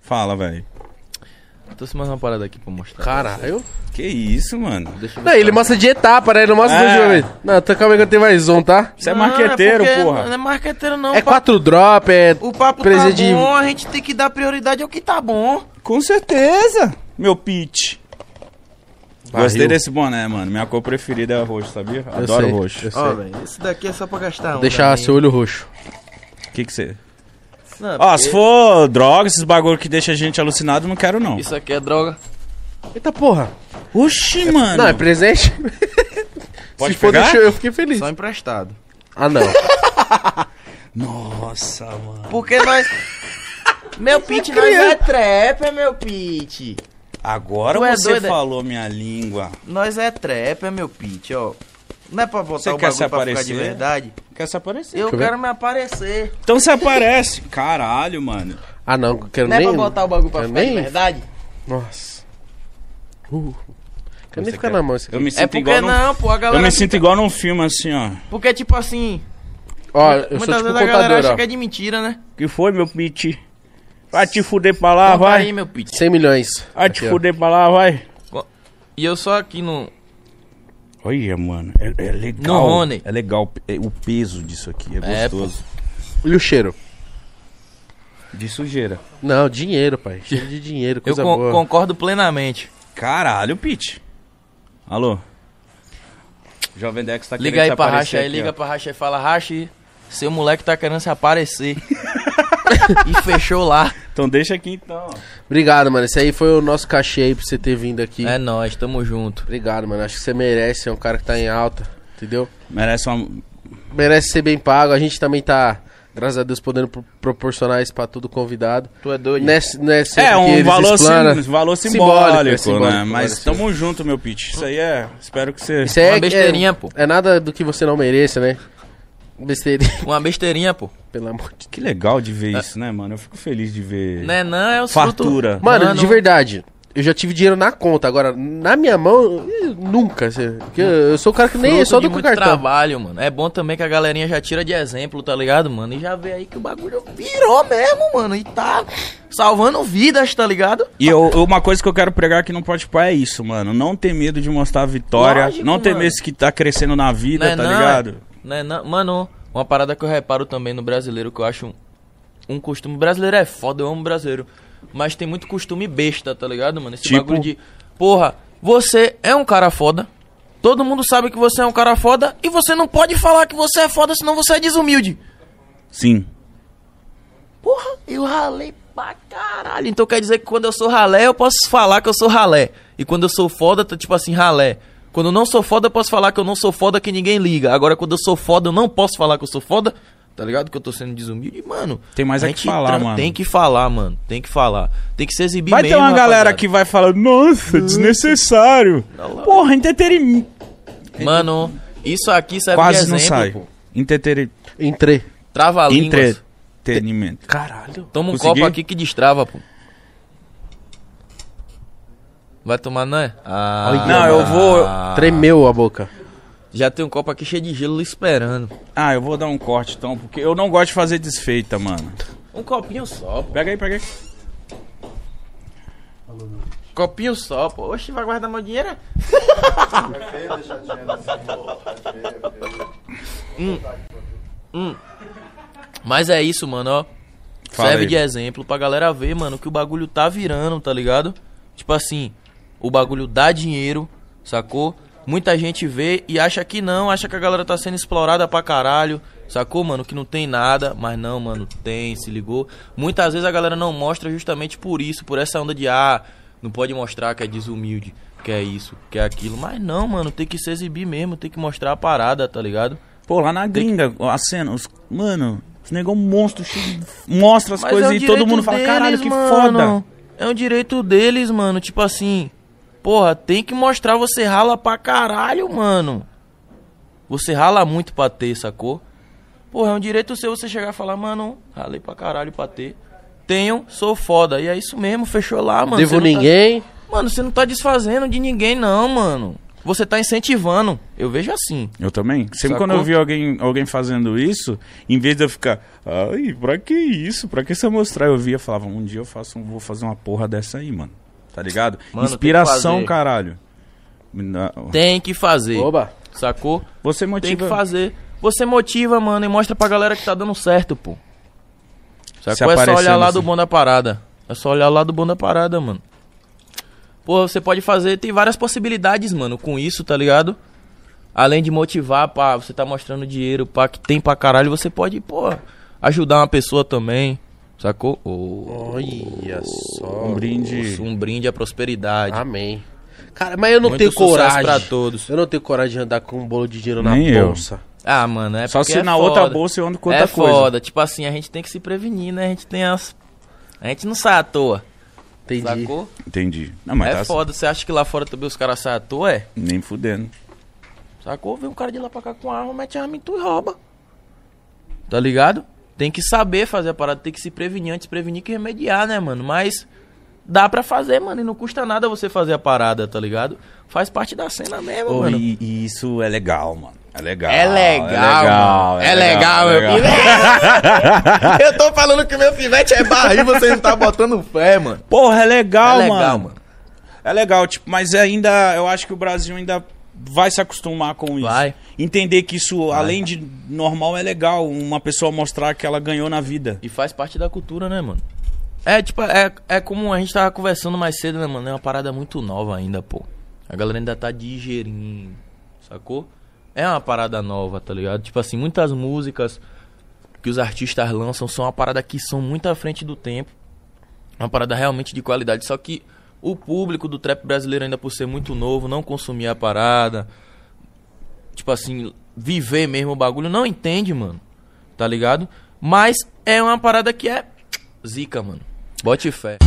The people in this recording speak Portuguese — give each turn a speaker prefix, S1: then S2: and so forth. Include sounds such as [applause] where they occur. S1: Fala, velho.
S2: Trouxe mais uma parada aqui pra mostrar.
S3: Caralho.
S1: Que isso, mano?
S2: Deixa eu ver
S3: Não,
S2: se- tá
S3: ele mostra de etapa, né? Ele não mostra
S1: É.
S3: tudo de uma vez. Não, tô, calma aí que eu tenho mais um, tá?
S1: Você é
S2: Não,
S1: marqueteiro,
S2: porque
S1: porra.
S2: Não é marqueteiro,
S3: É
S2: não. papo-
S3: quatro drop, é
S2: O papo tá
S3: presente de-
S2: bom, a gente tem que dar prioridade ao que tá bom.
S1: Com certeza, meu pitch.
S3: Barril.
S1: Gostei desse boné, mano. Minha cor preferida é roxo, sabia? Adoro
S3: sei,
S1: roxo.
S3: eu sei.
S2: Ó, velho, esse daqui é só pra gastar um.
S3: Deixar seu olho roxo.
S1: O que que você...
S2: Não,
S1: Ó,
S2: porque
S1: se for droga, esses bagulho que deixa a gente alucinado, não quero não.
S2: Isso aqui é droga.
S3: Eita porra.
S1: Oxi,
S2: Ah,
S1: mano.
S3: Não, é presente? [laughs]
S1: Pode
S3: Se for,
S1: pegar?
S3: deixa eu, eu fiquei feliz.
S2: Só emprestado.
S3: Ah, não.
S1: Nossa, mano.
S2: Porque
S1: [laughs]
S2: nós. meu pitch não é trap, é meu pitch.
S1: Agora
S2: Tu é
S1: você
S2: doido, é?
S1: falou minha língua.
S2: Nós é trap, é meu pitch, ó. Não é pra botar
S1: Você
S2: o
S1: quer se
S2: bagulho pra ficar de
S1: aparecer?
S2: verdade.
S1: Quer se aparecer?
S2: Eu
S3: eu ver.
S2: quero me aparecer.
S1: Então se aparece. Caralho, mano.
S3: Ah,
S2: [laughs]
S3: não, eu quero
S2: Não é
S3: nem...
S2: pra botar o bagulho pra
S3: eu
S2: ficar de
S3: nem-
S2: verdade.
S3: Nossa. Uh. Quero
S1: Você
S3: nem ficar
S1: quer-
S3: na mão esse
S1: Eu
S3: aqui.
S1: me
S2: É
S1: sinto
S2: porque
S1: igual num-
S2: não, pô, a galera.
S1: Eu me
S2: fica-
S1: sinto igual num filme assim, ó.
S2: Porque, tipo assim,
S3: Ó, eu sou
S2: muitas
S3: tipo
S2: vezes a galera
S3: contador,
S2: acha
S3: ó.
S2: que é de mentira, né?
S1: Que foi, meu pitch? Vai te fuder pra lá,
S2: Conta
S1: Ah, vai.
S2: aí, meu pitch.
S3: 100 milhões.
S1: Vai te
S3: Aqui, ó.
S1: fuder pra lá, vai.
S2: E eu só aqui no.
S1: Olha, mano, é, é legal.
S2: No Rony.
S1: É legal é, o peso disso aqui, é
S2: É,
S1: gostoso.
S3: E o cheiro?
S1: De sujeira.
S3: Não, dinheiro, pai. Cheiro de dinheiro,
S2: Eu
S3: coisa
S2: con-
S3: boa.
S2: concordo plenamente.
S1: Caralho, Pete. Alô? Jovem Dex tá
S2: Liga aí pra racha
S1: aparecer
S2: aí,
S1: aqui,
S2: liga
S1: ó.
S2: pra racha aí, fala, racha aí. Seu moleque tá querendo se aparecer. [laughs] e fechou lá.
S1: Então deixa aqui então.
S3: Obrigado, mano. Esse aí foi o nosso cachê aí pra você ter vindo aqui.
S2: É nóis, tamo junto.
S3: Obrigado, mano. Acho que você merece. É um cara que tá em alta, entendeu?
S1: Merece uma.
S3: Merece ser bem pago. A gente também tá, graças a Deus, podendo pro- proporcionar isso pra todo convidado.
S2: Tu é doido?
S3: Nesse, nesse
S1: É, um valor,
S3: explanam.
S1: sim, valor
S3: Simbólico,
S1: simbólico,
S3: é simbólico,
S1: né? Mas
S3: simbólico.
S1: tamo junto, meu Pete. Isso aí é. Espero que você.
S3: Isso
S2: Uma besteirinha, pô.
S3: É nada do que você não mereça, né? Besteirinha, [laughs]
S2: Uma besteirinha, pô.
S3: pelo amor de
S1: Que legal de ver isso, né, mano? Eu fico feliz de ver.
S2: Não é não, é o
S1: Fartura.
S3: Mano,
S2: Mano.
S3: de verdade, eu já tive dinheiro na conta. Agora, na minha mão, eu- nunca. assim, porque eu, eu sou o cara que nem é
S2: Nem
S3: só
S2: só
S3: do
S2: de
S3: com
S2: muito
S3: cartão.
S2: trabalho, mano. É bom também que a galerinha já tira de exemplo, tá ligado, mano? E já vê aí que o bagulho virou mesmo, mano. E tá salvando vidas, tá ligado?
S1: E eu- uma coisa que eu quero pregar aqui no Pode Pá é isso, mano. Não ter medo de mostrar a vitória.
S2: Lógico,
S1: não ter
S2: mano.
S1: medo que tá crescendo na vida, tá
S2: não,
S1: ligado?
S2: Não é não. Mano, uma parada que eu reparo também no brasileiro que eu acho um, um costume. Brasileiro é foda, eu amo brasileiro. Mas tem muito costume besta, tá ligado, mano? Esse
S1: Tipo?
S2: bagulho de. Porra, você é um cara foda. Todo mundo sabe que você é um cara foda. E você não pode falar que você é foda, senão você é desumilde.
S1: Sim.
S2: Porra, eu ralei pra caralho. Então quer dizer que quando eu sou ralé, eu posso falar que eu sou ralé. E quando eu sou foda, tá tipo assim, ralé. Quando eu não sou foda, eu posso falar que eu não sou foda, que ninguém liga. Agora, quando eu sou foda, eu não posso falar que eu sou foda. Tá ligado? Que eu tô sendo desumilde. E, Mano,
S1: Tem mais
S2: a
S1: é que
S2: gente
S1: falar,
S2: tran-
S1: mano.
S2: Tem que falar, mano. Tem que falar. Tem que se exibir
S1: Vai ter
S2: mesmo,
S1: uma galera
S2: rapaziada.
S1: que vai falar, nossa, desnecessário. Porra, entretenimento.
S2: Mano, isso aqui serve
S1: Quase
S2: de
S1: não
S2: É exemplo,
S1: sai.
S2: pô. É
S1: Entretere-
S3: Entrei.
S2: Trava a língua.
S1: Entretenimento.
S3: Caralho.
S2: Toma um
S1: Consegui?
S2: copo aqui que destrava, pô. Vai tomar, não é? Ah,
S1: Não, eu vou-
S3: Tremeu a boca.
S2: Já tem um copo aqui cheio de gelo esperando.
S1: Ah, eu vou dar um corte então, porque eu não gosto de fazer desfeita, mano.
S2: Um copinho só, pô.
S1: Pega aí, pega aí.
S2: Copinho só, pô. Oxe, vai guardar meu dinheiro? é? hum. Hum. Mas é isso, mano, ó.
S1: Fala
S2: Serve
S1: aí.
S2: de exemplo pra galera ver, mano, que o bagulho tá virando, tá ligado? Tipo assim, o bagulho dá dinheiro, sacou? Muita gente vê e acha que não, acha que a galera tá sendo explorada pra caralho, sacou, mano? Que não tem nada, mas não, mano, tem, se ligou? Muitas vezes a galera não mostra justamente por isso, por essa onda de ah, não pode mostrar que é desumilde, que é isso, que é aquilo. Mas não, mano, tem que se exibir mesmo, tem que mostrar a parada, tá ligado?
S1: Pô, lá na gringa, a cena, os, mano, os negão monstro, cheio de- mostra as coisas
S2: é um
S1: e todo
S2: direito
S1: mundo fala,
S2: deles,
S1: caralho, que
S2: mano.
S1: foda.
S2: É um direito deles, mano. Tipo assim, porra, tem que mostrar você rala pra caralho, mano. Você rala muito pra ter, sacou? Porra, é um direito seu você chegar e falar, mano, ralei pra caralho pra ter. Tenho, sou foda. E é isso mesmo, fechou lá, mano.
S3: Devo
S2: Você não tá-
S3: ninguém.
S2: Mano, você não tá desfazendo de ninguém, não, mano. você tá incentivando. Eu vejo assim.
S1: Eu também. Sempre
S2: Sacou?
S1: quando eu vi alguém, alguém fazendo isso, em vez de eu ficar, ai, pra que isso? Pra que você mostrar? Eu via e falava, um dia eu faço, um- vou fazer uma porra dessa aí, mano. Tá ligado?
S2: Mano, tem que
S1: Inspiração,
S2: fazer.
S1: caralho. Na-
S2: Tem que fazer.
S3: Oba.
S2: Sacou?
S1: Você
S2: Tem
S1: motiva.
S2: que fazer. Você motiva, mano, e mostra pra galera que tá dando certo, pô.
S1: Se
S2: Sacou? É só olhar
S1: aparecendo
S2: lá
S1: assim.
S2: do bom da parada. É só olhar lá do bom da parada, mano. Pô, você pode fazer, tem várias possibilidades, mano, com isso, tá ligado? Além de motivar, pá, você tá mostrando dinheiro, pá, que tem pra caralho, você pode, pô, ajudar uma pessoa também, sacou? Ô,
S3: Olha só.
S1: Um brinde.
S2: Um brinde à prosperidade.
S3: Amém. Cara, mas eu não
S2: Muito
S3: tenho
S2: sucesso
S3: coragem.
S2: pra todos.
S3: Eu não tenho coragem de andar com um bolo de dinheiro na
S1: Nem eu.
S3: bolsa.
S2: Ah, mano, é
S1: Só
S2: porque
S1: se
S2: é
S1: na outra
S2: foda.
S1: bolsa eu ando com outra
S2: é
S1: coisa.
S2: foda, tipo assim, a gente tem que se prevenir, né? A gente tem as. A gente não sai à toa,
S3: Entendi.
S2: sacou?
S1: Entendi. Não, mas
S2: é
S1: tá
S2: foda, você acha que lá fora também os caras saem à toa, é?
S1: nem fudendo.
S2: Sacou? Vem um cara de lá pra cá com arma, mete a arma em tu e rouba. Tá ligado? Tem que saber fazer a parada, tem que se prevenir antes, prevenir que remediar, né, mano? Mas dá pra fazer, mano, e não custa nada você fazer a parada, tá ligado? Faz parte da cena mesmo,
S1: Pô,
S2: mano.
S1: e, e isso é legal, mano. É legal.
S2: É legal, mano. É legal,
S1: é
S2: meu filho. [laughs] Eu tô falando que meu pivete é barra e você não tá botando fé, mano.
S1: Porra, é legal,
S2: é legal,
S1: mano.
S2: mano.
S1: É legal, tipo, mas ainda eu acho que o Brasil ainda vai se acostumar com isso.
S2: Vai.
S1: Entender que isso, além de normal, é legal uma pessoa mostrar que ela ganhou na vida.
S2: E faz parte da cultura, né, mano? É, tipo, é, é como a gente tava conversando mais cedo, né, mano? É uma parada muito nova ainda, pô. A galera ainda tá digerindo, sacou? É uma parada nova, tá ligado? Tipo assim, muitas músicas que os artistas lançam são uma parada que são muito à frente do tempo. É Uma parada realmente de qualidade. Só que o público do trap brasileiro, ainda por ser muito novo, não consumir a parada. Tipo assim, viver mesmo o bagulho, não entende, mano. Tá ligado? Mas é uma parada que é zica, mano. Bote fé.